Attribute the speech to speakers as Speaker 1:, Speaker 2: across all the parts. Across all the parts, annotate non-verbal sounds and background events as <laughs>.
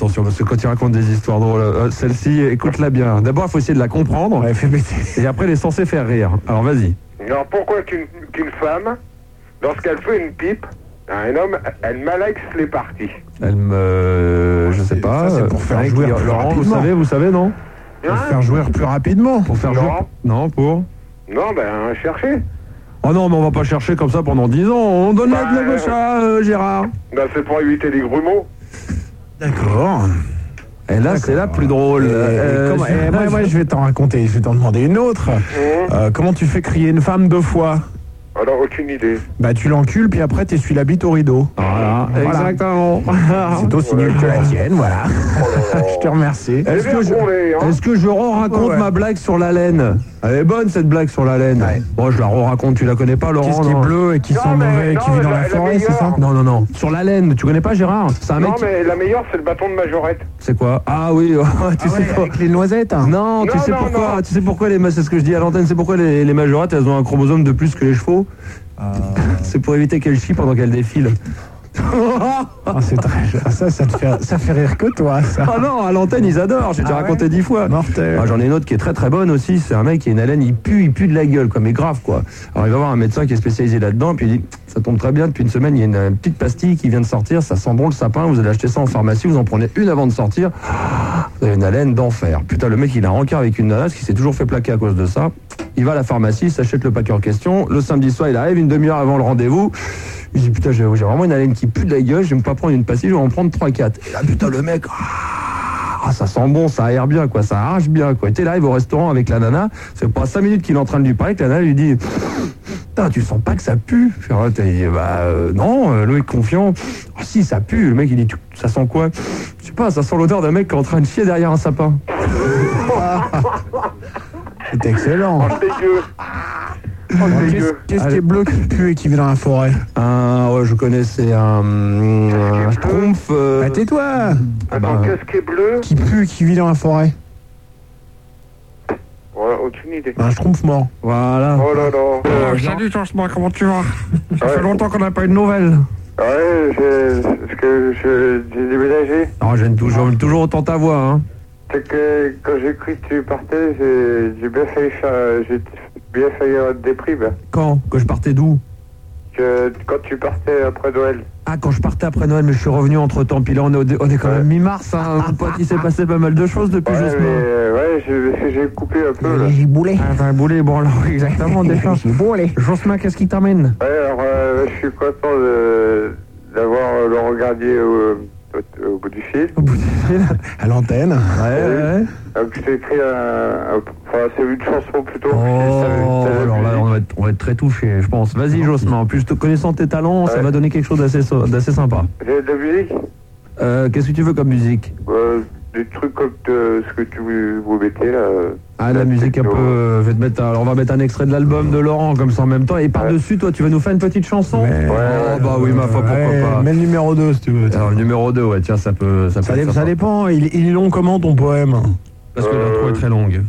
Speaker 1: attention, parce que quand il raconte des histoires drôles, euh, celle-ci, écoute-la bien. D'abord, il faut essayer de la comprendre,
Speaker 2: Ouais, fais péter.
Speaker 1: et après, elle est censée faire rire. Alors, vas-y.
Speaker 3: Non, pourquoi qu'une qu'une femme, lorsqu'elle fait une pipe à un homme, elle malaxe les parties
Speaker 1: Elle me. Je sais
Speaker 2: c'est-
Speaker 1: pas.
Speaker 2: ça, c'est
Speaker 1: euh,
Speaker 2: pour faire
Speaker 1: Eric,
Speaker 2: jouer plus
Speaker 1: Laurent, vous
Speaker 2: rapidement.
Speaker 1: savez, vous savez, non
Speaker 2: Pour
Speaker 3: Hein
Speaker 2: faire jouer plus rapidement.
Speaker 1: Pour faire
Speaker 3: Non.
Speaker 1: jouer. Non, pour.
Speaker 3: Non, ben, cherchez.
Speaker 1: Oh non, mais on va pas chercher comme ça pendant 10 ans. On donne la
Speaker 3: Bah,
Speaker 1: la gauche à euh, Gérard.
Speaker 3: Ben, c'est pour éviter les grumeaux.
Speaker 2: D'accord.
Speaker 1: Et là, c'est la plus drôle.
Speaker 2: Et-
Speaker 1: Euh,
Speaker 2: comment-
Speaker 1: c'est-
Speaker 2: et moi, moi, je vais t'en raconter, je vais t'en demander une autre.
Speaker 1: Hein
Speaker 2: Euh, comment tu fais crier une femme deux fois
Speaker 3: Hein Alors, aucune idée.
Speaker 2: Bah, tu l'encules, puis après, t'essuies la bite au rideau.
Speaker 1: Voilà, exactement. <laughs>
Speaker 2: C'est aussi nul que la tienne, voilà. <laughs> je te remercie.
Speaker 1: Est-ce
Speaker 3: bien
Speaker 1: que, je,
Speaker 3: roulé, hein.
Speaker 1: est-ce que je re-raconte
Speaker 2: Ouais.
Speaker 1: ma blague sur la laine Elle est bonne cette blague sur la laine. Moi je la re-raconte, tu la connais pas Laurent
Speaker 2: Qu'est-ce qui est
Speaker 1: non
Speaker 2: bleu et qui
Speaker 3: Non,
Speaker 2: sent
Speaker 3: mais-
Speaker 2: mauvais et qui
Speaker 3: non,
Speaker 2: vit dans
Speaker 3: la-
Speaker 2: la
Speaker 3: la
Speaker 2: forêt, c'est ça
Speaker 3: meilleure.
Speaker 1: Non, non, non. Sur la laine, tu connais pas Gérard C'est un mec.
Speaker 3: Non,
Speaker 1: qui-
Speaker 3: mais la meilleure, c'est le bâton de majorette.
Speaker 1: C'est quoi Ah oui, <laughs> tu sais quoi
Speaker 2: Avec les noisettes. hein.
Speaker 1: Non, tu
Speaker 3: Non,
Speaker 1: sais
Speaker 3: non,
Speaker 1: pourquoi
Speaker 3: non.
Speaker 1: Tu sais pourquoi les ma- c'est ce que je dis à l'antenne, c'est pourquoi les, les majorettes elles ont un chromosome de plus que les chevaux <laughs> C'est pour éviter qu'elles chient pendant qu'elles défilent. <laughs>
Speaker 2: Ah, c'est très... <laughs> ah, ça, ça, te fait... ça fait rire que toi, ça.
Speaker 1: Ah non, à l'antenne ils adorent, j'ai déjà
Speaker 2: Ah ouais
Speaker 1: raconté dix fois.
Speaker 2: Mortel.
Speaker 1: Ah, J'en ai une autre qui est très très bonne aussi. C'est un mec qui a une haleine, il pue, il pue de la gueule, quoi, mais grave quoi. Alors il va voir un médecin qui est spécialisé là-dedans, puis il dit Ça tombe très bien, depuis une semaine, il y a une, euh, petite pastille qui vient de sortir, ça sent bon le sapin, vous allez acheter ça en pharmacie, vous en prenez une avant de sortir. Vous avez une haleine d'enfer. Putain, le mec il a un rencard avec une nana, ce qui s'est toujours fait plaquer à cause de ça. Il va à la pharmacie, il s'achète le paquet en question. Le samedi soir, il arrive une demi-heure avant le rendez-vous. Il dit Putain, j'ai j'ai vraiment une haleine qui pue de la gueule, je vais pas prendre une pastille, je vais en prendre 3-4. Et là, putain, le mec, ah, ça sent bon, ça aère bien, quoi, ça arrache bien, quoi. Et t'es là, il va au restaurant avec la nana, c'est pas 5 minutes qu'il est en train de lui parler que la nana lui dit Putain, tu sens pas que ça pue Fait, ah, t'as dit, Bah, euh, non, euh, Loïc confiant. Ah, si, ça pue. Le mec, il dit Tu- Ça sent quoi Je sais pas, ça sent l'odeur d'un mec qui est en train de chier derrière un sapin. <laughs>
Speaker 2: C'est
Speaker 1: Ah.
Speaker 2: excellent.
Speaker 3: Oh, dégueu. Oh,
Speaker 2: Qu'est-ce
Speaker 3: dégueu.
Speaker 2: qu'est-ce qui est bleu, qui pue et qui vit dans la forêt
Speaker 1: Un, ouais, je connais, c'est un. un schtroumpf, euh,
Speaker 2: Bah, tais-toi
Speaker 1: ah, bah,
Speaker 3: Attends, qu'est-ce qui est bleu
Speaker 2: Qui pue et qui vit dans la forêt
Speaker 3: Ouais, Aucune idée.
Speaker 1: Ah.
Speaker 2: Un schtroumpf Ben, mort.
Speaker 1: Voilà.
Speaker 3: Oh là
Speaker 1: Ah,
Speaker 3: là.
Speaker 1: Euh, salut, Tosma, comment tu vas Ça
Speaker 3: fait
Speaker 1: longtemps qu'on n'a pas eu de nouvelles.
Speaker 3: Ouais, je- parce que je- j'ai déménagé.
Speaker 1: Non, j'aime toujours, j'aime toujours autant ta voix, hein.
Speaker 3: C'est que quand j'ai cru que tu partais, j'ai j'ai bien failli, fa- j'ai bien failli avoir des prix. ben.
Speaker 1: Quand Que je partais d'où
Speaker 3: Que, quand tu partais après Noël.
Speaker 1: Ah, quand je partais après Noël, mais je suis revenu entre temps. Puis là, on est, au- on est quand même mi-mars, <laughs> hein, mon pote. Il s'est passé pas mal de choses depuis
Speaker 3: Ouais, mais
Speaker 1: juste.
Speaker 3: euh, ouais, j'ai- parce que j'ai coupé un peu là.
Speaker 2: Les giboulets.
Speaker 1: Ah, t'as un boulet, bon, alors, <laughs> oui, exactement, des choses.
Speaker 2: Les giboulets.
Speaker 1: Josmin, qu'est-ce qui t'amène
Speaker 3: Ouais, alors euh, je suis content de- d'avoir euh, Laurent Gardier au, au- au bout du fil.
Speaker 1: Au bout du fil
Speaker 2: À l'antenne.
Speaker 1: Ouais, ouais.
Speaker 3: Donc j'ai écrit un, un- enfin c'est une chanson plutôt. C'est-
Speaker 1: Oh,
Speaker 3: c'est la
Speaker 1: alors là,
Speaker 3: musique.
Speaker 1: on va être, on va être très touché, je pense. Vas-y, Josmin, en plus, te- connaissant tes talents, ça
Speaker 3: Ouais.
Speaker 1: va donner quelque chose d'assez so- d'assez sympa.
Speaker 3: J'ai de la musique
Speaker 1: Euh, qu'est-ce que tu veux comme musique
Speaker 3: Euh, Des trucs comme de- ce que tu vous, vous mettez là.
Speaker 1: Ah, la
Speaker 3: Euh,
Speaker 1: musique un
Speaker 3: techno.
Speaker 1: peu. euh, je vais te mettre, alors, on va mettre un extrait de l'album de Laurent, comme ça en même temps. Et par-dessus, toi, tu vas nous faire une petite chanson
Speaker 2: Ouais.
Speaker 1: Oh, bah oui, ma foi, pourquoi
Speaker 2: Ouais,
Speaker 1: pas
Speaker 2: Mets le numéro 2, si tu veux.
Speaker 1: Alors, le numéro 2, ouais, tiens, ça peut. Ça,
Speaker 2: Ça,
Speaker 1: peut être
Speaker 2: dé-
Speaker 1: sympa.
Speaker 2: ça dépend, il, il est long comment ton poème
Speaker 1: Parce que l'intro est très longue.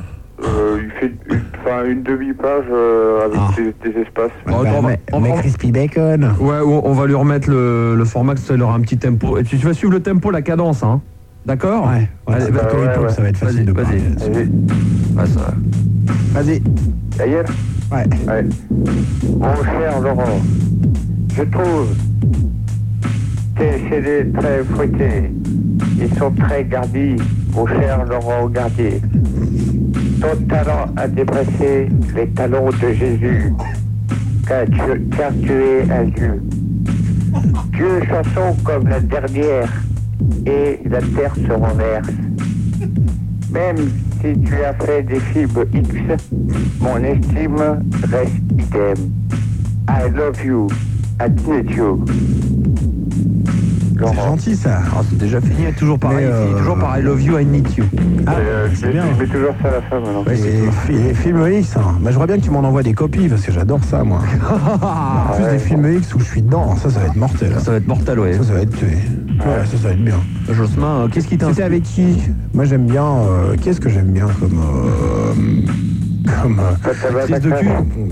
Speaker 3: Euh, il fait une, enfin, une demi-page euh, avec
Speaker 1: Ah.
Speaker 3: des, des espaces.
Speaker 1: Oh, attends, on va-
Speaker 2: mais,
Speaker 1: on va-
Speaker 2: mais Bah, Crispy Bacon
Speaker 1: Ouais, on on va lui remettre le, le format, que il aura un petit tempo. Et tu, tu vas suivre le tempo, la cadence, hein D'accord
Speaker 2: Ouais, voilà,
Speaker 1: Allez,
Speaker 2: c'est
Speaker 1: vas-
Speaker 2: pas comme
Speaker 3: ouais,
Speaker 2: l'époque,
Speaker 3: ouais.
Speaker 2: ça va être facile
Speaker 1: Vas-y,
Speaker 2: de
Speaker 1: vas-y.
Speaker 2: parler.
Speaker 3: Allez,
Speaker 1: Ah, ça-
Speaker 2: Vas-y.
Speaker 3: D'ailleurs,
Speaker 2: Ouais.
Speaker 3: ouais. Mon cher Laurent, je trouve tes CD très fouettés. Ils sont très gardis, mon cher Laurent Gardier. Ton talent a dépassé les talons de Jésus, car tu, car tu es un Dieu. Dieu chanson comme la dernière, et la terre se renverse. Même si tu as fait des films X, mon estime reste idem. I love you, admit you.
Speaker 2: C'est gentil ça.
Speaker 1: Ah, c'est déjà fini, toujours pareil.
Speaker 2: Mais, euh,
Speaker 1: fini, Toujours pareil, I love you, I need <laughs> you.
Speaker 2: Ah,
Speaker 3: Euh, je
Speaker 2: c'est
Speaker 3: mets-
Speaker 2: bien.
Speaker 3: je mets toujours ça à la fin maintenant.
Speaker 2: Et les films X, hein. bah, j'aimerais bien que tu m'en envoies des copies parce que j'adore ça moi. en plus des films X où je suis dedans, ça ça va être mortel.
Speaker 1: Ah,
Speaker 2: hein.
Speaker 1: Ça va être mortel, ouais.
Speaker 2: Ça ça va être tué. Ouais, ça ça va être bien.
Speaker 1: Josmin, euh, qu'est-ce qui
Speaker 2: C'était
Speaker 1: t'inspire
Speaker 2: avec qui Moi j'aime bien. euh, Qu'est-ce que j'aime bien comme. euh, comme euh, actrice de cul.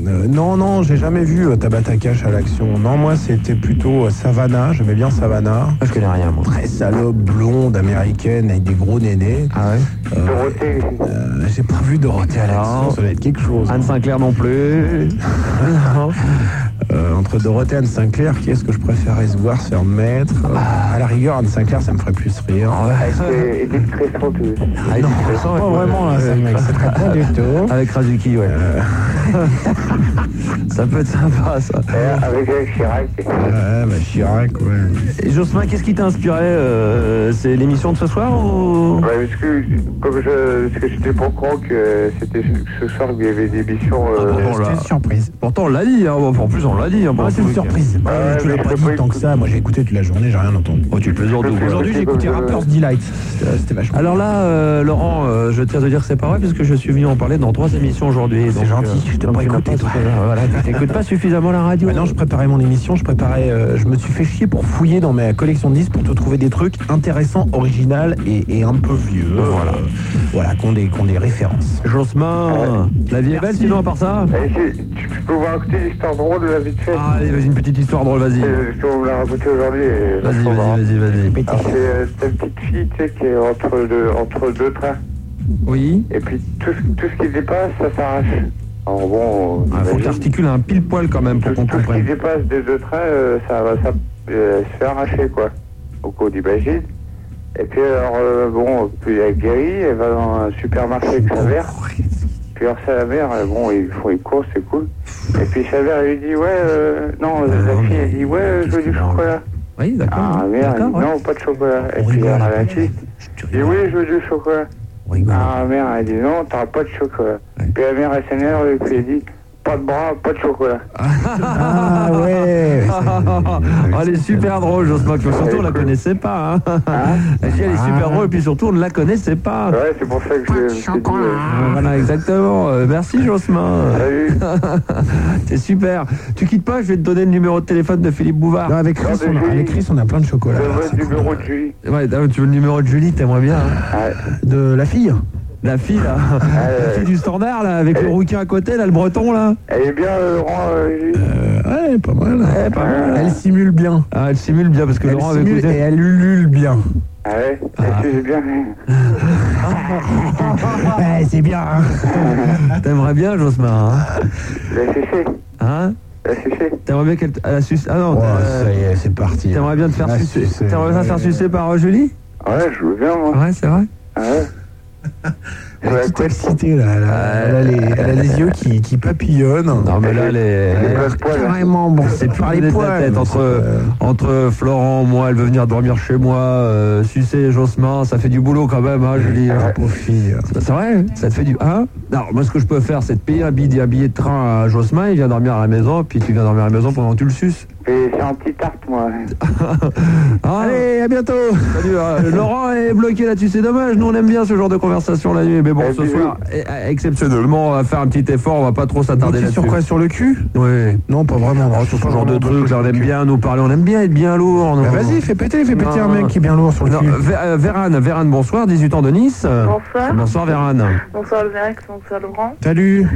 Speaker 2: Euh, non, non, j'ai jamais vu euh, Tabata Cash à l'action. Non, moi, c'était plutôt euh, Savannah. J'aimais bien Savannah.
Speaker 1: Ah, je connais rien, moi.
Speaker 2: Très salope, blonde, américaine, avec des gros nénés.
Speaker 1: Ah ouais
Speaker 3: Dorothée,
Speaker 2: Euh, j'ai pas vu Dorothée à l'action,
Speaker 1: Non.
Speaker 2: ça doit être quelque chose.
Speaker 1: Anne Sinclair non
Speaker 2: <laughs>
Speaker 1: plus. Non.
Speaker 2: Euh, entre Dorothée et Anne Sinclair, qui est-ce que je préférais se voir se faire mettre Euh, À la rigueur, Anne Sinclair, ça me ferait plus rire.
Speaker 3: c'est Edith Crescenteuse.
Speaker 1: Ah, il est
Speaker 2: Non,
Speaker 1: intéressant,
Speaker 2: pas
Speaker 1: ouais.
Speaker 2: vraiment, là, ça Euh. me <laughs> m'exciterait pas du tout.
Speaker 1: Avec Razuki, ouais. <laughs> ça peut être sympa, ça.
Speaker 3: hein, Avec Jacques Chirac.
Speaker 2: Ouais, bah Chirac, ouais.
Speaker 1: Et Jocelyn, qu'est-ce qui t'a inspiré euh, C'est l'émission de ce soir ou
Speaker 3: Ouais, parce que, comme je, parce que j'étais pas au courant que c'était ce ce soir qu'il y avait des missions. euh,
Speaker 1: Ah, bon, là.
Speaker 2: C'était une surprise.
Speaker 1: Pourtant, on l'a dit, hein. en plus, on l'a dit. hein, pendant
Speaker 2: Ah,
Speaker 1: tout
Speaker 2: c'est
Speaker 1: le
Speaker 2: une
Speaker 1: week-end.
Speaker 2: surprise. Ouais,
Speaker 3: Ouais,
Speaker 2: tu l'as
Speaker 3: mais
Speaker 2: pas
Speaker 3: j'ai
Speaker 2: dit
Speaker 3: pas
Speaker 2: tant que
Speaker 3: écouté.
Speaker 2: ça. Moi, j'ai écouté toute la journée, j'ai rien entendu.
Speaker 1: Oh, tu plaisantes ou quoi
Speaker 2: Aujourd'hui, j'ai écouté Rappers Delight. C'était- C'était vachement.
Speaker 1: Alors là, euh, Laurent, euh, je tiens à te dire que c'est pas vrai, puisque je suis venu en parler dans trois émissions aujourd'hui.
Speaker 2: C'est
Speaker 1: Donc,
Speaker 2: gentil,
Speaker 1: euh,
Speaker 2: je t'ai
Speaker 1: donc
Speaker 2: pas
Speaker 1: tu n'as
Speaker 2: écouté, toi.
Speaker 1: ce que- Voilà, tu t'écoutes pas suffisamment la radio.
Speaker 2: Ouais, non, je préparais mon émission, je préparais, euh, je me suis fait chier pour fouiller dans ma collection de disques pour te trouver des trucs intéressants, originaux et, et un peu vieux. Voilà, voilà, qu'on des, qu'on des références.
Speaker 1: Jocelyn, la vie est belle, sinon, à part ça
Speaker 3: et si- Eh, tu peux pouvoir écouter l'histoire drôle de la vie de fête.
Speaker 1: Ah, allez, vas-y, une petite histoire drôle, vas-y.
Speaker 3: Euh, parce qu'on me l'a raconté aujourd'hui. euh, et-
Speaker 1: Vas-y, vas-y, vas-y, vas-y.
Speaker 3: Alors, c'est euh, c'est une petite fille tu sais, qui est entre deux, entre deux trains.
Speaker 1: Oui
Speaker 3: Et puis tout, ce- tout ce qui dépasse, ça s'arrache. Alors bon,
Speaker 1: Ah, faut que
Speaker 3: imagine,
Speaker 1: t'articules un pile poil quand même pour
Speaker 3: tout,
Speaker 1: qu'on
Speaker 3: tout ce qui
Speaker 1: comprenne.
Speaker 3: dépasse des deux trains, euh, ça va ça, euh, se fait arracher quoi. Donc on imagine. Et puis alors euh, bon, puis elle guérit, elle va dans un supermarché avec sa mère. Puis alors sa mère, euh, bon, ils font une course, c'est cool. Et puis sa mère elle lui dit ouais, euh,
Speaker 1: Ah,
Speaker 3: non, la fille elle dit ouais, euh, je veux du chocolat.
Speaker 1: Oui, d'accord.
Speaker 3: Ah merde, elle dit,
Speaker 1: D'accord, ouais.
Speaker 3: non, pas de chocolat. Et
Speaker 2: On
Speaker 3: puis
Speaker 2: rigole,
Speaker 3: alors
Speaker 2: hein.
Speaker 3: elle insiste.
Speaker 2: Tu
Speaker 3: Elle dit
Speaker 2: rigoles,
Speaker 3: oui, je veux du chocolat.
Speaker 2: on rigole.
Speaker 1: Bah.
Speaker 3: Ah, mère, elle dit non, t'auras pas de chocolat.
Speaker 1: Ouais.
Speaker 3: Puis la mère, elle s'énerve et puis elle dit pas de bras, pas de chocolat.
Speaker 2: Ah <laughs> ouais
Speaker 1: Ah, elle est super drôle, Jocelyn. que Surtout, on la connaissait pas. Hein. Elle dit, elle est super drôle, et puis surtout, on ne la connaissait pas.
Speaker 3: Ouais, c'est pour ça que je me suis dit. euh,
Speaker 1: Voilà, exactement. Euh, merci, Jocelyn.
Speaker 3: Salut.
Speaker 1: C'est super. Tu quittes pas, je vais te donner le numéro de téléphone de Philippe Bouvard.
Speaker 2: Non, avec, Chris, on a, avec Chris, on a plein de chocolat.
Speaker 3: Le
Speaker 2: là,
Speaker 3: vrai
Speaker 2: c'est cool.
Speaker 3: numéro de Julie.
Speaker 1: Ouais, ah, tu veux le numéro de Julie, t'aimerais bien. hein. Ah,
Speaker 3: Ouais.
Speaker 2: De la fille
Speaker 1: La fille, là. La fille du standard, là, avec le rouquin à côté, là, le breton, là.
Speaker 3: Elle est bien, euh, Laurent, euh, Julie.
Speaker 2: Euh, Ouais, pas mal.
Speaker 1: pas mal.
Speaker 2: Elle simule bien.
Speaker 1: Ah, elle simule bien, parce que
Speaker 2: Elle
Speaker 1: Laurent avait
Speaker 2: simule et
Speaker 1: écouté.
Speaker 2: elle ulule bien.
Speaker 3: Ah ouais, elle suce bien.
Speaker 2: Ouais, c'est bien. hein.
Speaker 1: T'aimerais bien, Jocelyn. Hein,
Speaker 3: La sucée.
Speaker 1: Hein
Speaker 3: La sucée.
Speaker 1: T'aimerais bien qu'elle. t- Elle a suce- Ah non,
Speaker 2: Oh,
Speaker 1: euh,
Speaker 2: ça y est, c'est parti.
Speaker 1: t'aimerais bien te faire
Speaker 2: Ah,
Speaker 1: sucer.
Speaker 2: c'est-
Speaker 1: T'aimerais bien te faire sucer par euh, Julie
Speaker 3: Ouais, je veux bien, moi.
Speaker 1: Ouais, c'est vrai.
Speaker 3: Ouais.
Speaker 2: Elle est toute excitée, là. Elle a, elle a les, elle a les yeux qui, qui papillonnent.
Speaker 1: Non, mais là, elle est.
Speaker 3: Elle est
Speaker 1: elle est-
Speaker 3: grosse poil.
Speaker 2: Carrément, bon, c'est plus
Speaker 1: Par les
Speaker 2: les
Speaker 1: poils,
Speaker 2: poils.
Speaker 1: tête,
Speaker 2: mais
Speaker 1: entre,
Speaker 2: c'est, euh,
Speaker 1: entre Florent, moi, elle veut venir dormir chez moi, euh, sucer Jocelyn, ça fait du boulot quand même, hein, Julie. hein.
Speaker 2: Ah, pauvre fille.
Speaker 1: C'est vrai, ça te fait du. Hein Alors, moi, ce que je peux faire, c'est de payer un billet, un billet de train à Jocelyn, il vient dormir à la maison, puis tu viens dormir à la maison pendant que tu le suces.
Speaker 3: Et c'est un petit tarte, moi.
Speaker 1: Ah,
Speaker 2: Allez, à bientôt.
Speaker 1: salut, euh, Laurent est bloqué là-dessus, c'est dommage, nous on aime bien ce genre de conversation la nuit, mais bon,
Speaker 3: Eh,
Speaker 1: ce
Speaker 3: bisous.
Speaker 1: soir, eh, eh, exceptionnellement, on va faire un petit effort, on va pas trop s'attarder
Speaker 2: Bloqué
Speaker 1: là-dessus.
Speaker 2: sur quoi Sur le cul
Speaker 1: Oui.
Speaker 2: Non, pas vraiment.
Speaker 1: Oh, sur ce genre de truc, là, on aime bien nous parler, on aime bien être bien lourd. non
Speaker 2: Bah, Vas-y, fais péter, fais péter
Speaker 1: Non,
Speaker 2: un mec
Speaker 1: non.
Speaker 2: qui est bien lourd sur le
Speaker 1: Non,
Speaker 2: cul.
Speaker 1: Vé- euh, Vérane, Vérane, bonsoir, 18 ans de Nice.
Speaker 4: Bonsoir.
Speaker 1: Bonsoir Vérane.
Speaker 4: Bonsoir le Merck, bonsoir Laurent.
Speaker 2: Salut.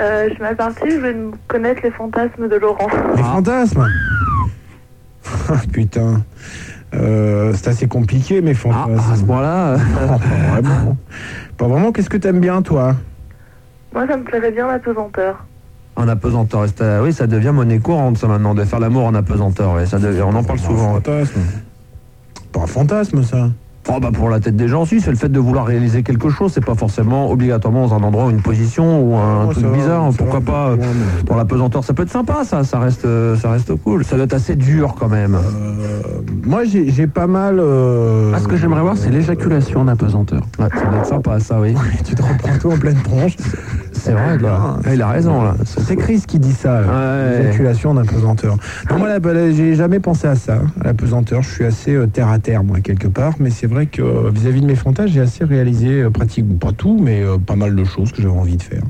Speaker 4: Euh, je m'aperçus que je vais connaître les fantasmes de Laurent. <laughs>
Speaker 2: Les fantasmes. Ah, Putain. Euh, c'est assez compliqué, mes
Speaker 1: Ah, à ce
Speaker 2: fantasmes.
Speaker 1: point-là, euh,
Speaker 2: pas vraiment. Pas vraiment. Qu'est-ce que t'aimes bien, toi
Speaker 4: Moi, ça me plairait bien la pesanteur.
Speaker 1: en apesanteur, c'est, euh, oui, ça devient monnaie courante, ça maintenant, de faire l'amour en apesanteur, ouais, ça devient- on en parle souvent.
Speaker 2: Un fantasme. Pas un fantasme, ça.
Speaker 1: Oh, bah, pour la tête des gens, si, c'est le fait de vouloir réaliser quelque chose, c'est pas forcément obligatoirement dans un endroit ou une position ou un
Speaker 2: Oh,
Speaker 1: truc
Speaker 2: ça va,
Speaker 1: bizarre,
Speaker 2: ça
Speaker 1: pourquoi
Speaker 2: va.
Speaker 1: pas euh,
Speaker 2: Ouais, mais-
Speaker 1: pour l'apesanteur, ça peut être sympa, ça, ça reste, euh, ça reste cool. Ça doit être assez dur quand même.
Speaker 2: Euh, Moi, j'ai j'ai pas mal. euh,
Speaker 5: Ah, ce que j'aimerais voir, c'est
Speaker 2: <laughs>
Speaker 5: l'éjaculation en apesanteur.
Speaker 1: Ouais, ça doit être sympa, ça, oui.
Speaker 2: Tu te reprends tout en pleine tronche.
Speaker 1: C'est vrai, là. Ouais, Il a raison, là.
Speaker 2: C'est Chris qui dit ça, euh,
Speaker 1: Ouais.
Speaker 2: l'éjaculation d'un pesanteur. Non, moi, la- la- j'ai jamais pensé à ça, à la pesanteur. Je suis assez euh, terre à terre, moi, quelque part. Mais c'est vrai que euh, vis-à-vis de mes fantasmes, j'ai assez réalisé, euh, pratique, pas tout, mais euh, pas mal de choses que j'avais envie de faire.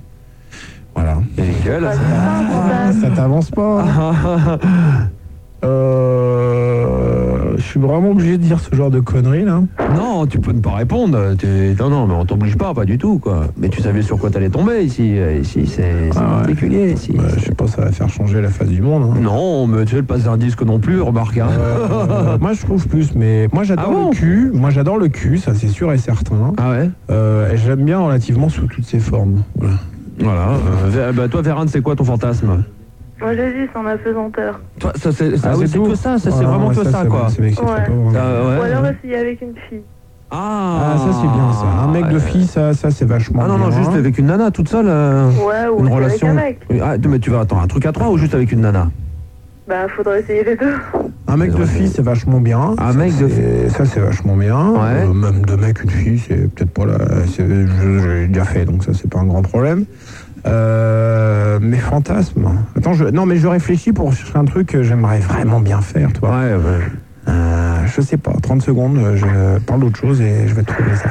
Speaker 2: Voilà.
Speaker 1: Nickel.
Speaker 2: ça t'avance pas. hein. <laughs> Euh, euh, je suis vraiment obligé de dire ce genre de conneries là.
Speaker 1: Non, tu peux ne pas répondre. tu- Non, non, mais on t'oblige pas, pas du tout, quoi. Mais tu savais sur quoi t'allais tomber ici. euh, Ici, c'est c'est
Speaker 2: Ah ouais.
Speaker 1: particulier. Ici.
Speaker 2: Bah, je sais pas, ça va faire changer la face du monde. hein.
Speaker 1: Non, mais tu sais, le passe d'un disque non plus, remarque. hein.
Speaker 2: Euh, moi je trouve plus, mais moi j'adore
Speaker 1: Ah bon
Speaker 2: le cul, moi j'adore le cul, ça c'est sûr et certain.
Speaker 1: <laughs> Ah ouais
Speaker 2: Euh, et J'aime bien relativement sous toutes ses formes. Voilà.
Speaker 1: Ah Voilà. euh, Vé- bah, toi, Véran, c'est quoi ton fantasme
Speaker 4: Moi, j'ai dit, c'est en apesanteur.
Speaker 1: Toi, ça, c'est ça,
Speaker 2: Ah,
Speaker 1: oui,
Speaker 2: c'est
Speaker 1: c'est
Speaker 2: tout
Speaker 1: que ça. ça,
Speaker 2: Ouais,
Speaker 1: c'est vraiment
Speaker 2: ouais,
Speaker 1: que ça,
Speaker 2: c'est-
Speaker 1: quoi.
Speaker 2: ça m'exciterait
Speaker 4: Ouais.
Speaker 2: pas vraiment.
Speaker 1: Ah, ouais.
Speaker 4: Ou alors essayer avec une fille.
Speaker 1: Ah,
Speaker 2: Ah, ça c'est bien ça. Un mec de fille, ça, ça c'est vachement
Speaker 1: Ah non, non,
Speaker 2: bien. hein.
Speaker 1: juste avec une nana toute seule. euh,
Speaker 4: Ouais, ou
Speaker 1: Une
Speaker 4: essayer
Speaker 1: relation.
Speaker 4: avec un mec.
Speaker 1: Oui, Ah, mais tu vas attends, un truc à trois ou juste avec une nana
Speaker 4: Bah, faudrait essayer les deux.
Speaker 2: Un mec de
Speaker 1: Ouais.
Speaker 2: fille, c'est vachement bien.
Speaker 1: Un
Speaker 2: Ça,
Speaker 1: mec de
Speaker 2: c'est- Ça c'est vachement bien.
Speaker 1: Ouais.
Speaker 2: Euh, même deux mecs, une fille, c'est peut-être pas là. J'ai déjà fait, donc ça c'est pas un grand problème. Euh, mes fantasmes. Attends, je, non mais je réfléchis pour chercher un truc que j'aimerais vraiment bien faire, toi.
Speaker 1: Ouais, ouais.
Speaker 2: Euh, je sais pas, 30 secondes, euh, je parle d'autre chose et je vais trouver
Speaker 1: <laughs>
Speaker 2: ça.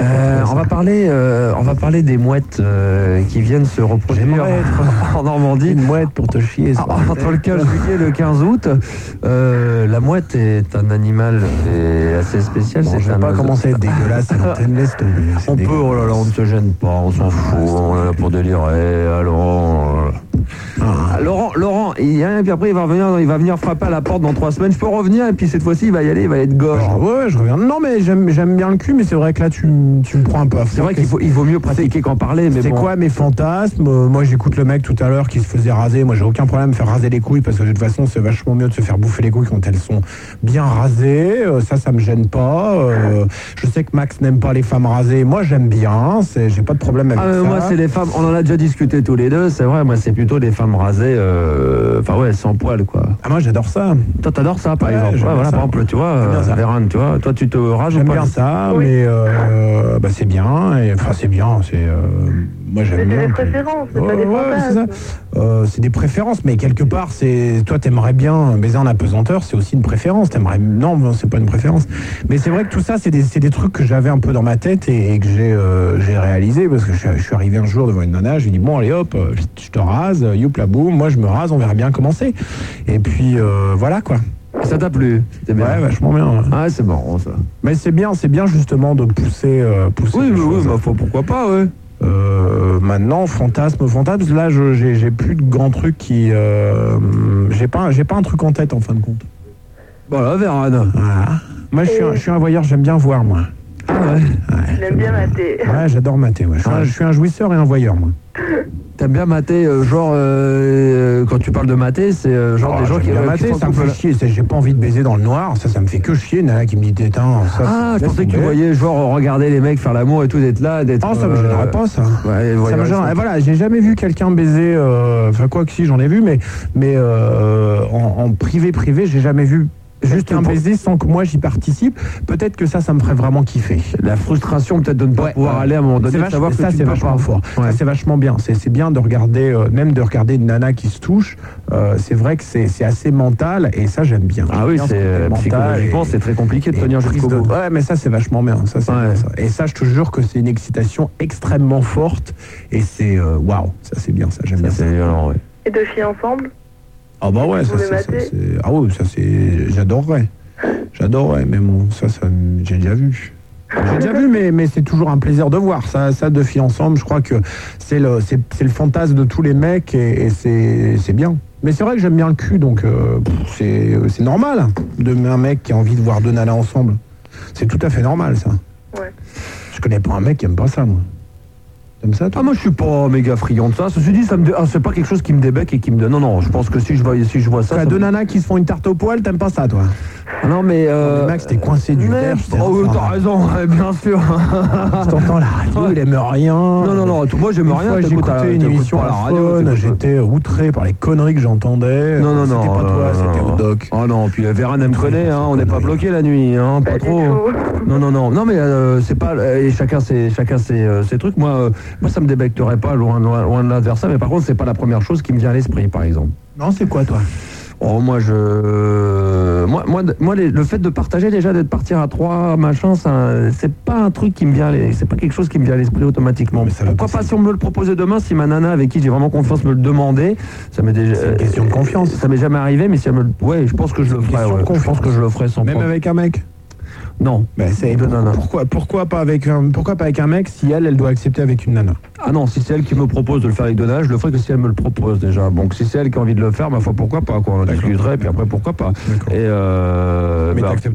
Speaker 1: Euh, on va parler, euh, on va parler des mouettes euh, qui viennent se reproduire
Speaker 2: J'aimerais
Speaker 1: <laughs> en Normandie.
Speaker 2: Une mouette pour te chier. ça.
Speaker 1: Ah, Entre le 15 juillet et le 15 août, euh, la mouette est un animal et assez spécial.
Speaker 2: Bon,
Speaker 1: c'est
Speaker 2: je vais
Speaker 1: un
Speaker 2: pas
Speaker 1: oiseau.
Speaker 2: commencer à être
Speaker 1: <laughs>
Speaker 2: dégueulasse à l'antenne, laisse tomber. c'est
Speaker 1: On peut,
Speaker 2: dégueulasse.
Speaker 1: oh là là, on ne se gêne pas, on s'en fout, on est là pour délirer, allons. Ah, Laurent, Laurent, il y a rien, puis après il va revenir, il va venir frapper à la porte dans trois semaines. Je peux revenir et puis cette fois-ci il va y aller, il va être
Speaker 2: Ouais,
Speaker 1: gore.
Speaker 2: je- ouais, ouais, je reviens. Non, mais j'aime j'aime bien le cul, mais c'est vrai que là, tu, m- tu me prends un peu à fond.
Speaker 1: C'est vrai qu'il faut, il vaut mieux pratiquer qu'en parler, mais
Speaker 2: C'est
Speaker 1: bon.
Speaker 2: quoi mes fantasmes Euh, Moi, j'écoute le mec tout à l'heure qui se faisait raser. Moi, j'ai aucun problème à me faire raser les couilles parce que de toute façon, c'est vachement mieux de se faire bouffer les couilles quand elles sont bien rasées. Euh, ça, ça me gêne pas. Euh, je sais que Max n'aime pas les femmes rasées. Moi, j'aime bien. C'est- J'ai pas de problème avec
Speaker 1: Ah, mais
Speaker 2: ça.
Speaker 1: moi, c'est les femmes. On en a déjà discuté tous les deux. C'est vrai, moi, c'est plutôt les femmes rasées. euh, Enfin, ouais, sans poil, quoi.
Speaker 2: Ah, moi, j'adore ça.
Speaker 1: Toi, t'adores ça, par
Speaker 2: Ouais,
Speaker 1: exemple.
Speaker 2: j'aime
Speaker 1: Ouais,
Speaker 2: bien
Speaker 1: voilà,
Speaker 2: ça.
Speaker 1: par exemple, tu vois,
Speaker 2: J'aime bien
Speaker 1: euh,
Speaker 2: ça.
Speaker 1: Véran, tu vois, toi, tu te rages ou
Speaker 2: J'aime
Speaker 1: pas
Speaker 2: bien ça,
Speaker 4: Oui.
Speaker 2: mais euh, bah, c'est bien. et- Enfin, c'est bien. C'est euh, moi
Speaker 4: Mais
Speaker 2: j'aime
Speaker 4: c'est
Speaker 2: bien.
Speaker 4: des préférences, c'est
Speaker 2: Ouais,
Speaker 4: pas des
Speaker 2: ouais, c'est
Speaker 4: fantasmes.
Speaker 2: ça. Euh, c'est des préférences, mais quelque part, c'est toi, t'aimerais bien baiser en apesanteur, c'est aussi une préférence. T'aimerais non, non, c'est pas une préférence. Mais c'est vrai que tout ça, c'est des, c'est des trucs que j'avais un peu dans ma tête et, et que j'ai euh, j'ai réalisé parce que je, suis- je suis arrivé un jour devant une nana, je lui dis bon allez hop, euh, je te rase, euh, youpla boum, moi je me rase, on verra bien comment c'est. Et puis euh, voilà quoi.
Speaker 1: Ça t'a plu C'était bien.
Speaker 2: Ouais, vachement bien. ouais.
Speaker 1: Ah, c'est marrant, ça.
Speaker 2: Mais c'est bien, c'est bien justement de pousser, euh, pousser.
Speaker 1: Oui,
Speaker 2: les
Speaker 1: oui, oui,
Speaker 2: choses.
Speaker 1: bah, faut- pourquoi pas, ouais.
Speaker 2: Euh, maintenant, fantasme, fantasme. Là, je- j'ai j'ai plus de grands trucs qui. euh, j'ai pas, j'ai pas un truc en tête en fin de compte.
Speaker 1: Voilà, Véran.
Speaker 2: Voilà. Moi, je suis, un, je suis un voyeur. J'aime bien voir, moi.
Speaker 1: Ah, ouais.
Speaker 4: Il aime bien mater.
Speaker 2: Ouais, j'adore mater. ouais. Je, suis un, je suis un jouisseur et un voyeur, moi.
Speaker 1: T'aimes bien mater, euh, genre, euh, quand tu parles de mater, c'est euh, genre
Speaker 2: Oh,
Speaker 1: des gens
Speaker 2: j'aime
Speaker 1: qui,
Speaker 2: bien
Speaker 1: euh, qui
Speaker 2: mater,
Speaker 1: sont en
Speaker 2: ça me
Speaker 1: couple.
Speaker 2: fait chier. c'est- J'ai pas envie de baiser dans le noir. Ça, ça me fait que chier. Nana qui me dit éteins.
Speaker 1: Ah,
Speaker 2: Ça, ça-
Speaker 1: je pensais que tu
Speaker 2: laisse tomber.
Speaker 1: voyais, genre, regarder les mecs faire l'amour et tout, d'être là, d'être.
Speaker 2: Oh, ça me
Speaker 1: euh,
Speaker 2: gênerait pas, ça.
Speaker 1: Ouais,
Speaker 2: Ça me
Speaker 1: voyeur,
Speaker 2: gêne.
Speaker 1: ils
Speaker 2: Et
Speaker 1: sont-
Speaker 2: voilà, j'ai jamais vu quelqu'un baiser, euh, enfin quoi que si, j'en ai vu, mais, mais euh, en, en privé privé, j'ai jamais vu juste un
Speaker 1: pour-
Speaker 2: baiser sans que moi j'y participe. Peut-être que ça, ça me ferait vraiment kiffer.
Speaker 1: La frustration, peut-être, de ne pas
Speaker 2: Ouais,
Speaker 1: pouvoir
Speaker 2: ouais.
Speaker 1: aller à un moment
Speaker 2: C'est
Speaker 1: donné, de
Speaker 2: vache-
Speaker 1: savoir que
Speaker 2: ça
Speaker 1: tu
Speaker 2: c'est
Speaker 1: ne peux
Speaker 2: vachement
Speaker 1: pas.
Speaker 2: fort.
Speaker 1: Ouais.
Speaker 2: Ça c'est vachement bien. C'est c'est bien de regarder, euh, même de regarder une nana qui se touche. euh, c'est vrai que c'est c'est assez mental et ça j'aime bien.
Speaker 1: Ah oui,
Speaker 2: J'aime bien
Speaker 1: c'est
Speaker 2: ce
Speaker 1: euh,
Speaker 2: côté mental
Speaker 1: psychologiquement,
Speaker 2: et-
Speaker 1: c'est très compliqué de
Speaker 2: et
Speaker 1: tenir
Speaker 2: prise
Speaker 1: jusqu'au
Speaker 2: de-
Speaker 1: bout.
Speaker 2: Ouais, mais ça c'est vachement bien. Ça, c'est
Speaker 1: Ouais.
Speaker 2: bien, ça. Et ça, je te jure que c'est une excitation extrêmement forte. Et c'est euh, waouh, ça c'est bien, ça j'aime
Speaker 1: Ça,
Speaker 2: bien. ça.
Speaker 1: c'est violent, ouais.
Speaker 4: Et deux filles ensemble
Speaker 2: Ah bah ouais, ça
Speaker 4: Vous
Speaker 2: c'est,
Speaker 4: les
Speaker 2: ça,
Speaker 4: matez
Speaker 2: c'est- ah ouais, ça c'est, j'adorerais, j'adorerais. Mais bon, ça, ça j'ai déjà vu. J'ai déjà vu, mais, mais c'est toujours un plaisir de voir ça, ça de filles ensemble. Je crois que c'est le, c'est, c'est le fantasme de tous les mecs et, et c'est, c'est bien. Mais c'est vrai que j'aime bien le cul, donc euh, pff, c'est, c'est normal de un mec qui a envie de voir deux nanas ensemble. C'est tout à fait normal ça.
Speaker 4: Ouais.
Speaker 2: Je connais pas un mec qui aime pas ça, moi. T'aimes ça,
Speaker 1: Ah,
Speaker 2: toi
Speaker 1: moi, je suis pas méga friand de ça. Ceci dit, ça me dé- ah, c'est pas quelque chose qui me débec et qui me donne. Non, non, je pense que si je vois, si je vois ça.
Speaker 2: T'as
Speaker 1: ça
Speaker 2: deux
Speaker 1: me-
Speaker 2: nanas qui se font une tarte au poil, t'aimes pas ça, toi
Speaker 1: Ah Non, mais. euh,
Speaker 2: Mais Max, t'es coincé du
Speaker 1: mais-
Speaker 2: verre, je sais
Speaker 1: Oh, oui,
Speaker 2: pas.
Speaker 1: t'as raison, <laughs> ouais, bien sûr.
Speaker 2: Je t'entends la radio,
Speaker 1: Ouais.
Speaker 2: il aime rien.
Speaker 1: non, non, non, moi, j'aime
Speaker 2: Une
Speaker 1: rien.
Speaker 2: fois,
Speaker 1: t'écoutes à-
Speaker 2: j'écoutais une
Speaker 1: t'écoutes
Speaker 2: émission
Speaker 1: pas
Speaker 2: à la radio,
Speaker 1: t'écoutes-
Speaker 2: j'étais outré par les conneries que j'entendais.
Speaker 1: Non, non, non.
Speaker 2: C'était pas
Speaker 1: non,
Speaker 2: toi,
Speaker 1: non,
Speaker 2: c'était
Speaker 1: non.
Speaker 2: au doc.
Speaker 1: Oh non, puis euh, Véran, elle me connaît, hein, on n'est pas bloqué la nuit, hein, pas
Speaker 4: Pas Bah, du
Speaker 1: trop. hein.
Speaker 4: tout.
Speaker 1: Non, non, non, non, mais euh, c'est pas. euh, et chacun ses, chacun ses, euh, ses trucs. Moi, euh, moi, ça me débecterait pas, loin, loin, loin de là de vers ça. Mais par contre, c'est pas la première chose qui me vient à l'esprit, par exemple.
Speaker 2: Non, c'est quoi, toi
Speaker 1: Oh, moi, je. Moi, moi, de- moi, les- le fait de partager déjà, d'être partir à trois, machin, ça, c'est pas un truc qui me vient. à l'es- C'est pas quelque chose qui me vient à l'esprit automatiquement.
Speaker 2: Mais ça va
Speaker 1: Pourquoi
Speaker 2: pas-
Speaker 1: pas si on me le proposait demain, si ma nana avec qui j'ai vraiment confiance me le demandait, ça m'est déjà. euh,
Speaker 2: C'est une question de confiance.
Speaker 1: Ça m'est jamais arrivé, mais si elle me. le- Ouais, je pense que je le
Speaker 2: une
Speaker 1: ferais.
Speaker 2: question
Speaker 1: ouais.
Speaker 2: de
Speaker 1: Je pense que je le ferais sans.
Speaker 2: Même
Speaker 1: problème.
Speaker 2: avec un mec
Speaker 1: Non.
Speaker 2: Bah, c'est-
Speaker 1: Deux nanas.
Speaker 2: pourquoi, pourquoi, pas avec un, pourquoi pas avec un mec si elle, elle doit accepter avec une nana
Speaker 1: Ah non, si c'est elle qui me propose de le faire avec Donna, je le ferai que si elle me le propose déjà. Donc si c'est elle qui a envie de le faire, ma foi, pourquoi pas quoi. On en
Speaker 2: D'accord.
Speaker 1: discuterait, puis après pourquoi pas.
Speaker 2: D'accord.
Speaker 1: Et euh,
Speaker 2: Mais
Speaker 1: bah,
Speaker 2: t'acceptes-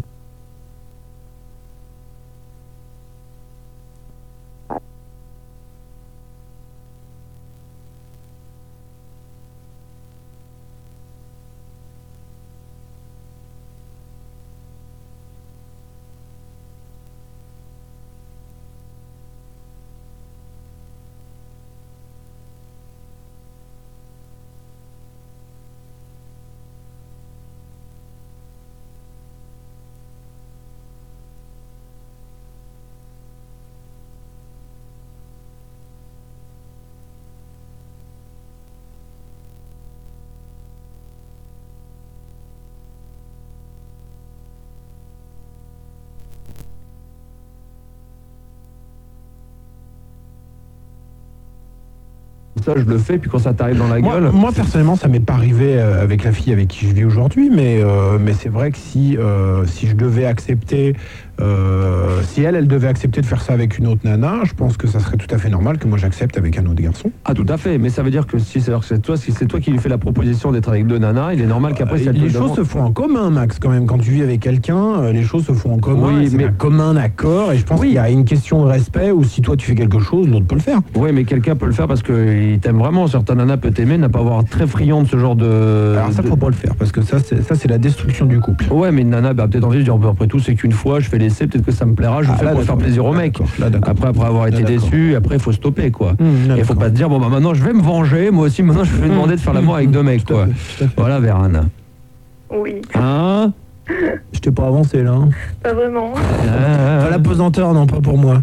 Speaker 1: ça je le fais, puis quand ça t'arrive dans la
Speaker 2: Moi,
Speaker 1: gueule.
Speaker 2: moi, personnellement, ça m'est pas arrivé euh, avec la fille avec qui je vis aujourd'hui, mais, euh, mais c'est vrai que si, euh, si je devais accepter, euh, si elle, elle devait accepter de faire ça avec une autre nana, je pense que ça serait tout à fait normal que moi j'accepte avec un autre garçon.
Speaker 1: Ah tout à fait, mais ça veut dire que si c'est alors que c'est toi, si c'est toi qui lui fais la proposition d'être avec deux nanas, il est normal qu'après si
Speaker 2: Euh,
Speaker 1: elle te
Speaker 2: les
Speaker 1: demande-
Speaker 2: choses se font en commun, Max, quand même. Quand tu vis avec quelqu'un, euh, les choses se font en commun.
Speaker 1: Oui,
Speaker 2: et c'est
Speaker 1: mais-
Speaker 2: un commun accord. Et je pense
Speaker 1: Oui.
Speaker 2: qu'il y a une question de respect où si toi tu fais quelque chose, l'autre peut le faire.
Speaker 1: Oui, mais quelqu'un peut le faire parce qu'il t'aime vraiment. Certains nanas peut t'aimer, n'a pas avoir très friand de ce genre de.
Speaker 2: Alors ça,
Speaker 1: de-
Speaker 2: faut pas le faire parce que ça, c'est ça, c'est la destruction du couple.
Speaker 1: Ouais, mais une nana bah, a peut-être envie de dire bah, après tout, c'est qu'une fois, je fais l'essai, peut-être que ça me plaira, je le
Speaker 2: Ah,
Speaker 1: fais
Speaker 2: là,
Speaker 1: pour faire
Speaker 2: d'accord.
Speaker 1: plaisir au
Speaker 2: Là,
Speaker 1: mec.
Speaker 2: d'accord. Là, d'accord.
Speaker 1: Après, après avoir été
Speaker 2: Là, d'accord.
Speaker 1: déçu, après, il faut stopper, quoi.
Speaker 2: Mmh, là,
Speaker 1: Il faut
Speaker 2: d'accord. Mmh.
Speaker 1: pas te dire, bon, bah maintenant, je vais me venger, moi aussi, maintenant, je vais demander de faire l'amour avec deux mecs,
Speaker 2: Tout à
Speaker 1: quoi.
Speaker 2: fait, tout à fait.
Speaker 1: Voilà, Vérane.
Speaker 4: <laughs> Oui,
Speaker 1: Hein
Speaker 2: Je t'ai pas avancé là. hein.
Speaker 4: pas vraiment.
Speaker 1: Hein
Speaker 2: Pas la pesanteur, non, pas pour <laughs> moi.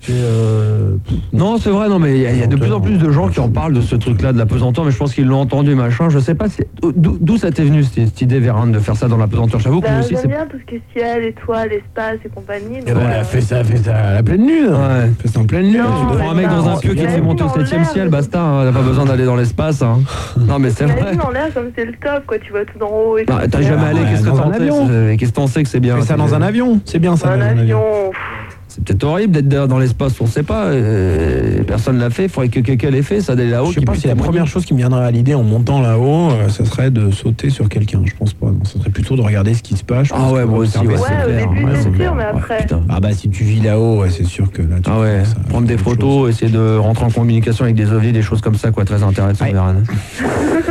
Speaker 2: J'ai, euh, pff,
Speaker 1: Non, c'est vrai, non, mais il y, a- il y a de plus en plus de gens qui en parlent de ce truc-là, de la pesanteur, mais je pense qu'ils l'ont entendu, machin. Je sais pas si- d'où d'où ça t'est venu, cette, cette idée, Vérane, de faire ça dans la pesanteur. J'avoue que
Speaker 4: Bah,
Speaker 1: nous aussi,
Speaker 4: j'aime
Speaker 1: c'est.
Speaker 4: bien tout ce qui est ciel, étoiles, espace et compagnie.
Speaker 2: eh
Speaker 4: donc,
Speaker 2: ben, elle
Speaker 4: euh,
Speaker 2: a fait ça, elle a fait ça à la pleine lune.
Speaker 1: Ouais.
Speaker 2: Elle fait ça en pleine lune.
Speaker 4: Non,
Speaker 1: Tu prends un mec
Speaker 4: mais
Speaker 1: dans un
Speaker 4: non, bah,
Speaker 1: pieu qui te fait
Speaker 4: imagine
Speaker 1: monter au
Speaker 4: en
Speaker 1: 7ème
Speaker 4: l'air.
Speaker 1: ciel, basta, hein, t'as pas besoin d'aller dans l'espace. hein. Non mais c'est vrai.
Speaker 4: T'imagines en l'air comme c'est le top, quoi. Tu vois tout d'en haut et tout.
Speaker 1: Non, Bah, T'as jamais allé,
Speaker 2: Ouais,
Speaker 1: qu'est-ce que
Speaker 2: dans
Speaker 1: t'en
Speaker 2: un
Speaker 1: sais
Speaker 2: avion.
Speaker 1: c'est- Qu'est-ce que t'en sais que c'est bien
Speaker 2: Elle fait ça dans un avion. C'est bien ça.
Speaker 4: Un
Speaker 2: dans un avion.
Speaker 4: avion. pff,
Speaker 1: C'est peut-être horrible d'être dans- dans l'espace, on sait pas. euh, personne l'a fait, il faudrait que quelqu'un l'ait fait, ça d'aller là-haut.
Speaker 2: Je sais
Speaker 1: qui
Speaker 2: pas
Speaker 1: puisse
Speaker 2: si la
Speaker 1: témoigner.
Speaker 2: première chose qui me viendrait à l'idée en montant là-haut, euh, ça serait de sauter sur quelqu'un. Je pense pas. Non, ça serait plutôt de regarder ce qui se passe. Je
Speaker 1: Ah
Speaker 2: pense
Speaker 1: ouais,
Speaker 2: que
Speaker 1: moi aussi,
Speaker 2: observer
Speaker 1: ouais,
Speaker 2: ça.
Speaker 4: Ouais,
Speaker 1: c'est clair.
Speaker 4: au début, c'est
Speaker 1: c'est
Speaker 4: sûr,
Speaker 1: clair.
Speaker 4: mais
Speaker 1: Ouais,
Speaker 4: après-
Speaker 1: putain.
Speaker 2: hein. Ah bah si tu vis là-haut, ouais, c'est sûr que là. Tu
Speaker 1: Ah ouais,
Speaker 2: ça-
Speaker 1: prendre des
Speaker 2: autre chose.
Speaker 1: photos, essayer de rentrer en communication avec des ovnis, des choses comme ça, quoi, très intéressant,
Speaker 2: Ouais.
Speaker 1: Véran.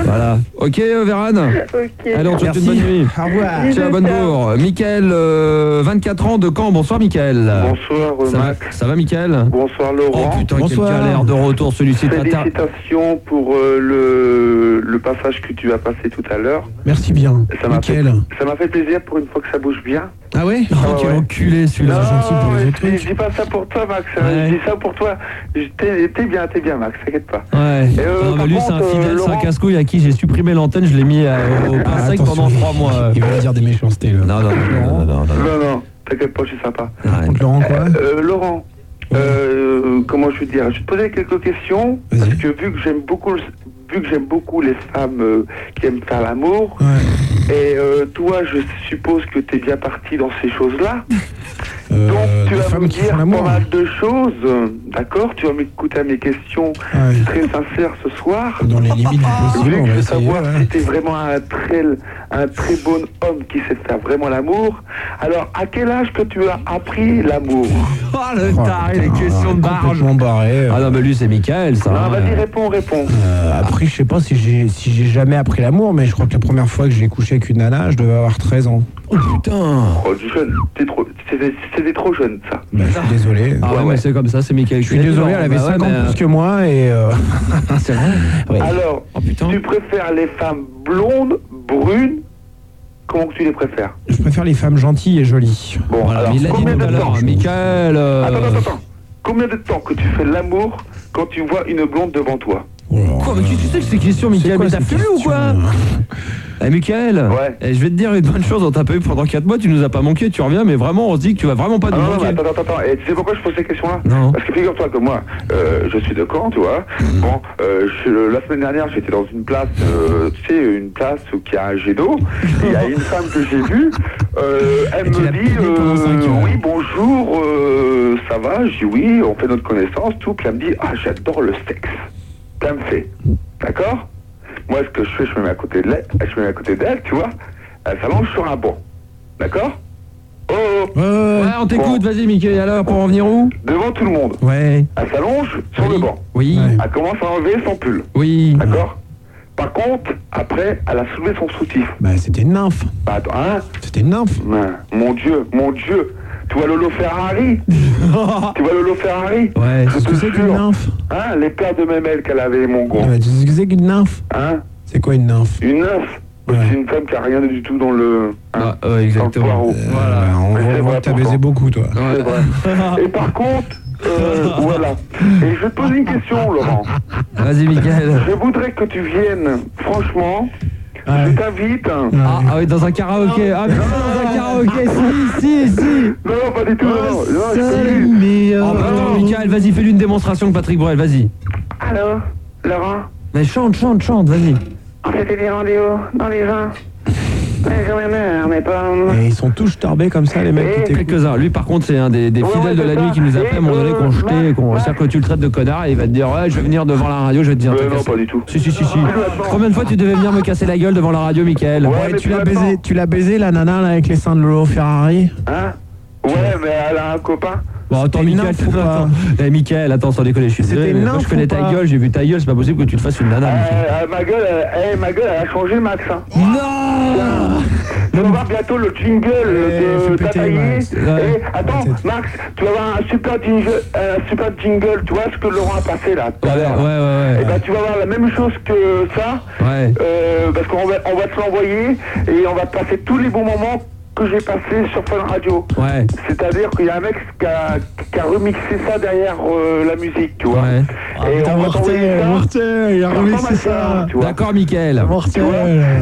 Speaker 1: voilà. Ok, euh, Véran
Speaker 4: Ok.
Speaker 1: Allez, on te souhaite une bonne
Speaker 2: Merci.
Speaker 1: nuit.
Speaker 2: Au revoir.
Speaker 1: Tiens, bonne bourre. Michael, euh, 24 ans de Caen. Bonsoir, Michael.
Speaker 3: Bonsoir, euh,
Speaker 1: Ah. Ça va,
Speaker 3: Max.
Speaker 1: ça va, Michael
Speaker 3: Bonsoir,
Speaker 1: Oh
Speaker 3: Laurent.
Speaker 1: putain, quelle
Speaker 2: Bonsoir.
Speaker 1: galère de retour celui-ci. T'as- t'as-
Speaker 3: Félicitations pour euh, le, le passage que tu as passé tout à l'heure.
Speaker 2: Merci bien.
Speaker 3: Ça m'a fait,
Speaker 2: Nickel.
Speaker 3: ça m'a fait plaisir pour une fois que ça bouge bien.
Speaker 2: Ah ouais
Speaker 1: Oh, quel
Speaker 3: ouais.
Speaker 1: enculé celui-là.
Speaker 2: gentil pour les
Speaker 3: mais
Speaker 2: autres
Speaker 3: je, dis-
Speaker 2: trucs.
Speaker 3: je dis pas ça pour toi, Max. hein.
Speaker 1: Ouais.
Speaker 3: Je dis ça pour toi. Je- T'es t'es bien, t'es bien, Max. T'inquiète pas.
Speaker 1: Ouais.
Speaker 3: Et,
Speaker 1: Non, mais
Speaker 3: euh, par
Speaker 1: Ah, bah, lui, c'est un
Speaker 3: contre, euh,
Speaker 1: fidèle, c'est un
Speaker 3: Laurent-
Speaker 1: casse-couille à qui j'ai supprimé l'antenne, je l'ai mis euh, au pain
Speaker 2: Ah,
Speaker 1: sec
Speaker 2: attention,
Speaker 1: pendant
Speaker 2: il-
Speaker 1: 3 mois. euh.
Speaker 2: Il va dire des méchancetés là.
Speaker 1: Non, non, non, non, non, non, non.
Speaker 3: Non, non, t'inquiète pas, je suis sympa.
Speaker 1: Ouais.
Speaker 2: Contre Laurent quoi
Speaker 3: Euh, Laurent, euh, comment je veux dire Je te posais quelques questions
Speaker 2: Vas-y.
Speaker 3: parce que vu que j'aime beaucoup, le- vu que j'aime beaucoup les femmes euh, qui aiment faire l'amour,
Speaker 2: Ouais.
Speaker 3: et euh, toi, je suppose que t'es bien parti dans ces choses-là.
Speaker 2: Euh,
Speaker 3: Donc tu
Speaker 2: des
Speaker 3: vas me
Speaker 2: femmes qui font
Speaker 3: dire pas
Speaker 2: l'amour. hein.
Speaker 3: mal de choses, euh, d'accord Tu vas m'écouter à mes questions
Speaker 2: Ouais.
Speaker 3: très sincères ce soir.
Speaker 2: Dans les limites du
Speaker 3: Je
Speaker 2: possible,
Speaker 3: voulais
Speaker 2: on va essayer.
Speaker 3: savoir
Speaker 2: ouais.
Speaker 3: si t'es vraiment un très, un très bon homme qui sait faire vraiment l'amour. Alors, à quel âge que tu as appris l'amour
Speaker 1: Oh le
Speaker 2: Oh,
Speaker 1: taré, les
Speaker 2: putain,
Speaker 1: questions de barge.
Speaker 2: complètement euh. barré.
Speaker 1: Ah non, mais lui, c'est Michael, ça.
Speaker 3: Ah,
Speaker 1: hein.
Speaker 3: Vas-y, réponds, réponds.
Speaker 2: Euh, après, je sais pas si j'ai si j'ai jamais appris l'amour, mais je crois que la première fois que j'ai couché avec une nana, je devais avoir 13 ans.
Speaker 1: Oh putain.
Speaker 3: Oh, du jeune, t'es trop, c'était- c'était trop jeune, ça.
Speaker 2: Bah, je suis désolé.
Speaker 1: Ah ouais,
Speaker 3: Ouais, Bah
Speaker 1: mais
Speaker 3: ouais.
Speaker 1: c'est comme ça, c'est Michael. Bah
Speaker 2: Je suis désolé, elle avait 5 ans plus que moi et euh,
Speaker 1: C'est vrai. <laughs>
Speaker 2: ouais.
Speaker 3: Alors,
Speaker 1: Oh putain.
Speaker 3: tu préfères les femmes blondes, brunes Comment que tu les préfères
Speaker 2: je préfère les femmes gentilles et jolies.
Speaker 3: Bon,
Speaker 1: Voilà,
Speaker 3: alors,
Speaker 1: mais il l'a dit
Speaker 3: combien
Speaker 1: tout
Speaker 3: de
Speaker 1: à
Speaker 3: temps
Speaker 1: l'heure, Michael. euh,
Speaker 3: Attends, attends, attends. Combien de temps que tu fais l'amour quand tu vois une blonde devant toi
Speaker 2: Oh là
Speaker 1: Quoi,
Speaker 2: là.
Speaker 1: mais tu, tu sais que c'est question,
Speaker 2: C'est
Speaker 1: Michael,
Speaker 2: quoi
Speaker 1: mais t'as
Speaker 2: ces
Speaker 1: fumé ou
Speaker 2: questions,
Speaker 1: quoi
Speaker 2: là
Speaker 1: Eh, Michael,
Speaker 6: Ouais.
Speaker 1: eh, je vais te dire une bonne chose, on t'a pas eu pendant 4 mois, tu nous as pas manqué, tu reviens, mais vraiment, on se dit que tu vas vraiment pas
Speaker 3: Ah
Speaker 1: nous
Speaker 3: non, non, mais
Speaker 1: manquer.
Speaker 3: attends, attends, attends. Et tu sais pourquoi je pose ces questions-là
Speaker 1: Non.
Speaker 3: Parce que figure-toi que moi, euh, je suis de Caen, tu vois.
Speaker 2: Hmm.
Speaker 3: Bon, euh, je suis- le- la semaine dernière, j'étais dans une place, euh, tu sais, une place où il y a un
Speaker 2: <laughs>
Speaker 3: jet d'eau. Et Il y a une femme que j'ai vue. euh, elle
Speaker 2: Et tu
Speaker 3: me
Speaker 2: l'as
Speaker 3: dit,
Speaker 2: pédé pendant cinq
Speaker 3: euh,
Speaker 2: heures.
Speaker 3: oui, bonjour, euh, ça va Je dis oui, on fait notre connaissance, tout. Puis elle me dit, ah, j'adore le sexe. Puis elle me fait, d'accord Moi, ce que je fais, je me mets à côté de elle, je me mets à côté d'elle, tu vois. Elle s'allonge sur un banc, d'accord Oh, oh,
Speaker 2: Ouais, ouais,
Speaker 1: Ouais, on t'écoute, vas-y, Michael, alors, pour en venir où
Speaker 3: devant tout le monde.
Speaker 2: ouais. Ouais.
Speaker 3: Elle s'allonge sur le banc. Ah,
Speaker 1: Oui,
Speaker 2: Ouais.
Speaker 3: Elle commence à enlever son pull.
Speaker 1: oui.
Speaker 3: D'accord Par contre, après, elle a soulevé son soutif.
Speaker 2: Bah, c'était une nymphe.
Speaker 3: Bah, attends, hein
Speaker 2: C'était une nymphe.
Speaker 3: Ben, Mon Dieu, mon Dieu Tu vois Lolo
Speaker 2: <laughs>
Speaker 3: Ferrari Tu vois Lolo Ferrari
Speaker 1: Ouais.
Speaker 3: Je
Speaker 2: Tu sais ce que
Speaker 3: te
Speaker 2: c'est qu'une
Speaker 3: jure.
Speaker 2: nymphe
Speaker 3: Hein Les paires de mamelles qu'elle avait, mon gros.
Speaker 2: Non, mais Tu sais ce que c'est qu'une nymphe
Speaker 3: Hein
Speaker 2: C'est quoi une nymphe
Speaker 3: Une neuf
Speaker 2: Ouais.
Speaker 3: C'est une femme qui a rien du tout dans le... hein,
Speaker 1: Ah, ouais,
Speaker 3: dans le
Speaker 1: exactement.
Speaker 3: poireau.
Speaker 2: Voilà, on
Speaker 3: Mais
Speaker 2: voit,
Speaker 3: c'est
Speaker 2: on voit
Speaker 3: vrai,
Speaker 2: que t'as
Speaker 3: pourtant.
Speaker 2: baisé beaucoup, toi.
Speaker 3: C'est vrai. Et par contre,
Speaker 2: <laughs>
Speaker 3: euh, voilà. Et je te pose une question, Laurent.
Speaker 1: Vas-y, Michael.
Speaker 3: Je voudrais que tu viennes, franchement, je t'invite...
Speaker 1: Ah, ah oui, dans un karaoké. Ah, mais dans un karaoké, si, si, si.
Speaker 3: Non, non, pas du tout, non, non, non, je te
Speaker 1: Ah, Salut.
Speaker 3: dis.
Speaker 1: Oh, bah, attends, Michael, vas-y, fais-lui une démonstration de Patrick Bruel, vas-y.
Speaker 4: Allô
Speaker 6: Laurent,
Speaker 1: Mais chante, chante, chante, vas-y.
Speaker 6: c'était des rendez-vous dans les vins. Mais j'en ai marre, mais pas...
Speaker 2: Et ils sont tous torbés comme ça, les mecs qui t'écoutent.
Speaker 1: Quelques-uns. Lui, par contre, c'est un des, des
Speaker 6: Ouais,
Speaker 1: fidèles
Speaker 6: ouais,
Speaker 1: de
Speaker 6: c'est
Speaker 1: la
Speaker 6: ça.
Speaker 1: nuit qui nous appelle à un moment donné,
Speaker 6: Et,
Speaker 1: qu'on
Speaker 6: euh,
Speaker 1: jetait, qu'on
Speaker 6: Max-
Speaker 1: cest que tu le traites de connard et il va te dire Ouais, je vais venir devant la radio, je vais te dire. un
Speaker 3: Euh,
Speaker 1: truc
Speaker 3: non,
Speaker 1: assez-
Speaker 3: pas du tout.
Speaker 1: Si, si,
Speaker 6: Ah,
Speaker 1: si, si. Combien de fois tu devais venir me casser la gueule devant la radio, Michael
Speaker 3: Ouais,
Speaker 2: Et
Speaker 3: mais
Speaker 2: tu l'as
Speaker 3: puis
Speaker 2: baisé,
Speaker 3: maintenant-
Speaker 2: tu l'as baisé la nana là, avec les seins de Lolo Ferrari
Speaker 3: Hein Ouais, mais elle a un copain.
Speaker 1: Bon, attends,
Speaker 2: C'était une
Speaker 1: Michael,
Speaker 2: nymphe ou pas
Speaker 1: attends. Eh, Michael, attends, sans déconner, je suis
Speaker 2: C'était
Speaker 1: désolé,
Speaker 2: une
Speaker 1: mais moi,
Speaker 2: nymphe
Speaker 1: je connais
Speaker 2: ou
Speaker 1: ta
Speaker 2: pas
Speaker 1: gueule, j'ai vu ta gueule, c'est pas possible que tu te fasses une nana, Michael.
Speaker 3: Euh, euh, ma gueule, euh, eh, ma gueule, elle a changé Max. Hein.
Speaker 1: Non
Speaker 3: Tu vas voir bientôt le jingle
Speaker 2: Eh,
Speaker 3: de
Speaker 2: fais péter,
Speaker 3: Tataillé.
Speaker 2: Max.
Speaker 1: Ouais.
Speaker 3: Eh, attends, Max, tu vas avoir un super jingle, un super jingle. Tu vois ce que Laurent a passé là tout à
Speaker 1: Ouais, ouais,
Speaker 3: l'heure. Eh
Speaker 1: ouais.
Speaker 3: ben, tu vas voir la même chose que ça,
Speaker 1: Ouais.
Speaker 3: euh, parce qu'on va, on va te l'envoyer et on va te passer tous les bons moments que j'ai passés sur Fun Radio.
Speaker 1: Ouais.
Speaker 3: C'est-à-dire qu'il y a un mec qui a, qui a remixé ça derrière euh, la musique, tu vois.
Speaker 1: Ouais. Ah,
Speaker 3: Et on va t'envoyer ça.
Speaker 2: mortel, il a
Speaker 3: Ça
Speaker 2: remis
Speaker 3: ressemble à ça, tu vois.
Speaker 1: D'accord, Michael.
Speaker 3: Tu vois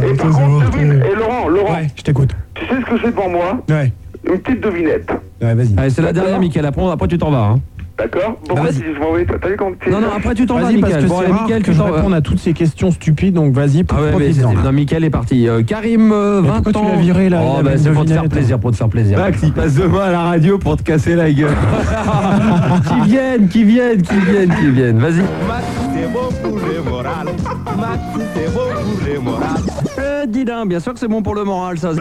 Speaker 3: Et par contre, devine, et Laurent, Laurent,
Speaker 2: Ouais, je t'écoute.
Speaker 3: tu sais ce que j'ai devant moi
Speaker 2: Ouais,
Speaker 3: Une petite devinette.
Speaker 2: ouais vas-y.
Speaker 1: Allez, c'est la dernière, Michael. Après, après tu t'en vas. Hein.
Speaker 3: D'accord Bon,
Speaker 1: Bah,
Speaker 3: vas-y,
Speaker 1: vas-y.
Speaker 3: je m'en vais. T'as t'as vu comment t'es
Speaker 1: Non, non, après, tu t'en vas,
Speaker 2: Vas-y, parce
Speaker 1: Michael.
Speaker 2: que
Speaker 1: Bon,
Speaker 2: c'est
Speaker 1: allez,
Speaker 2: rare
Speaker 1: Michael,
Speaker 2: que
Speaker 1: tu
Speaker 2: je
Speaker 1: t'en vas.
Speaker 2: réponde à toutes ces questions stupides, donc vas-y,
Speaker 1: Ah ouais, mais
Speaker 2: profites-en.
Speaker 1: c'est- non, Michael est parti. Euh, Karim, euh,
Speaker 2: Mais
Speaker 1: 20
Speaker 2: pourquoi tu
Speaker 1: ans.
Speaker 2: l'as viré, là
Speaker 1: Oh,
Speaker 2: Il
Speaker 1: bah,
Speaker 2: avait
Speaker 1: c'est
Speaker 2: une
Speaker 1: pour te faire
Speaker 2: devinette.
Speaker 1: plaisir, pour te faire plaisir.
Speaker 7: Max, il passe demain à la radio pour te casser la gueule.
Speaker 1: qui viennent, qui viennent, qui viennent, qui viennent. Vas-y. Euh, Le didin, bien sûr que c'est bon pour le moral, ça.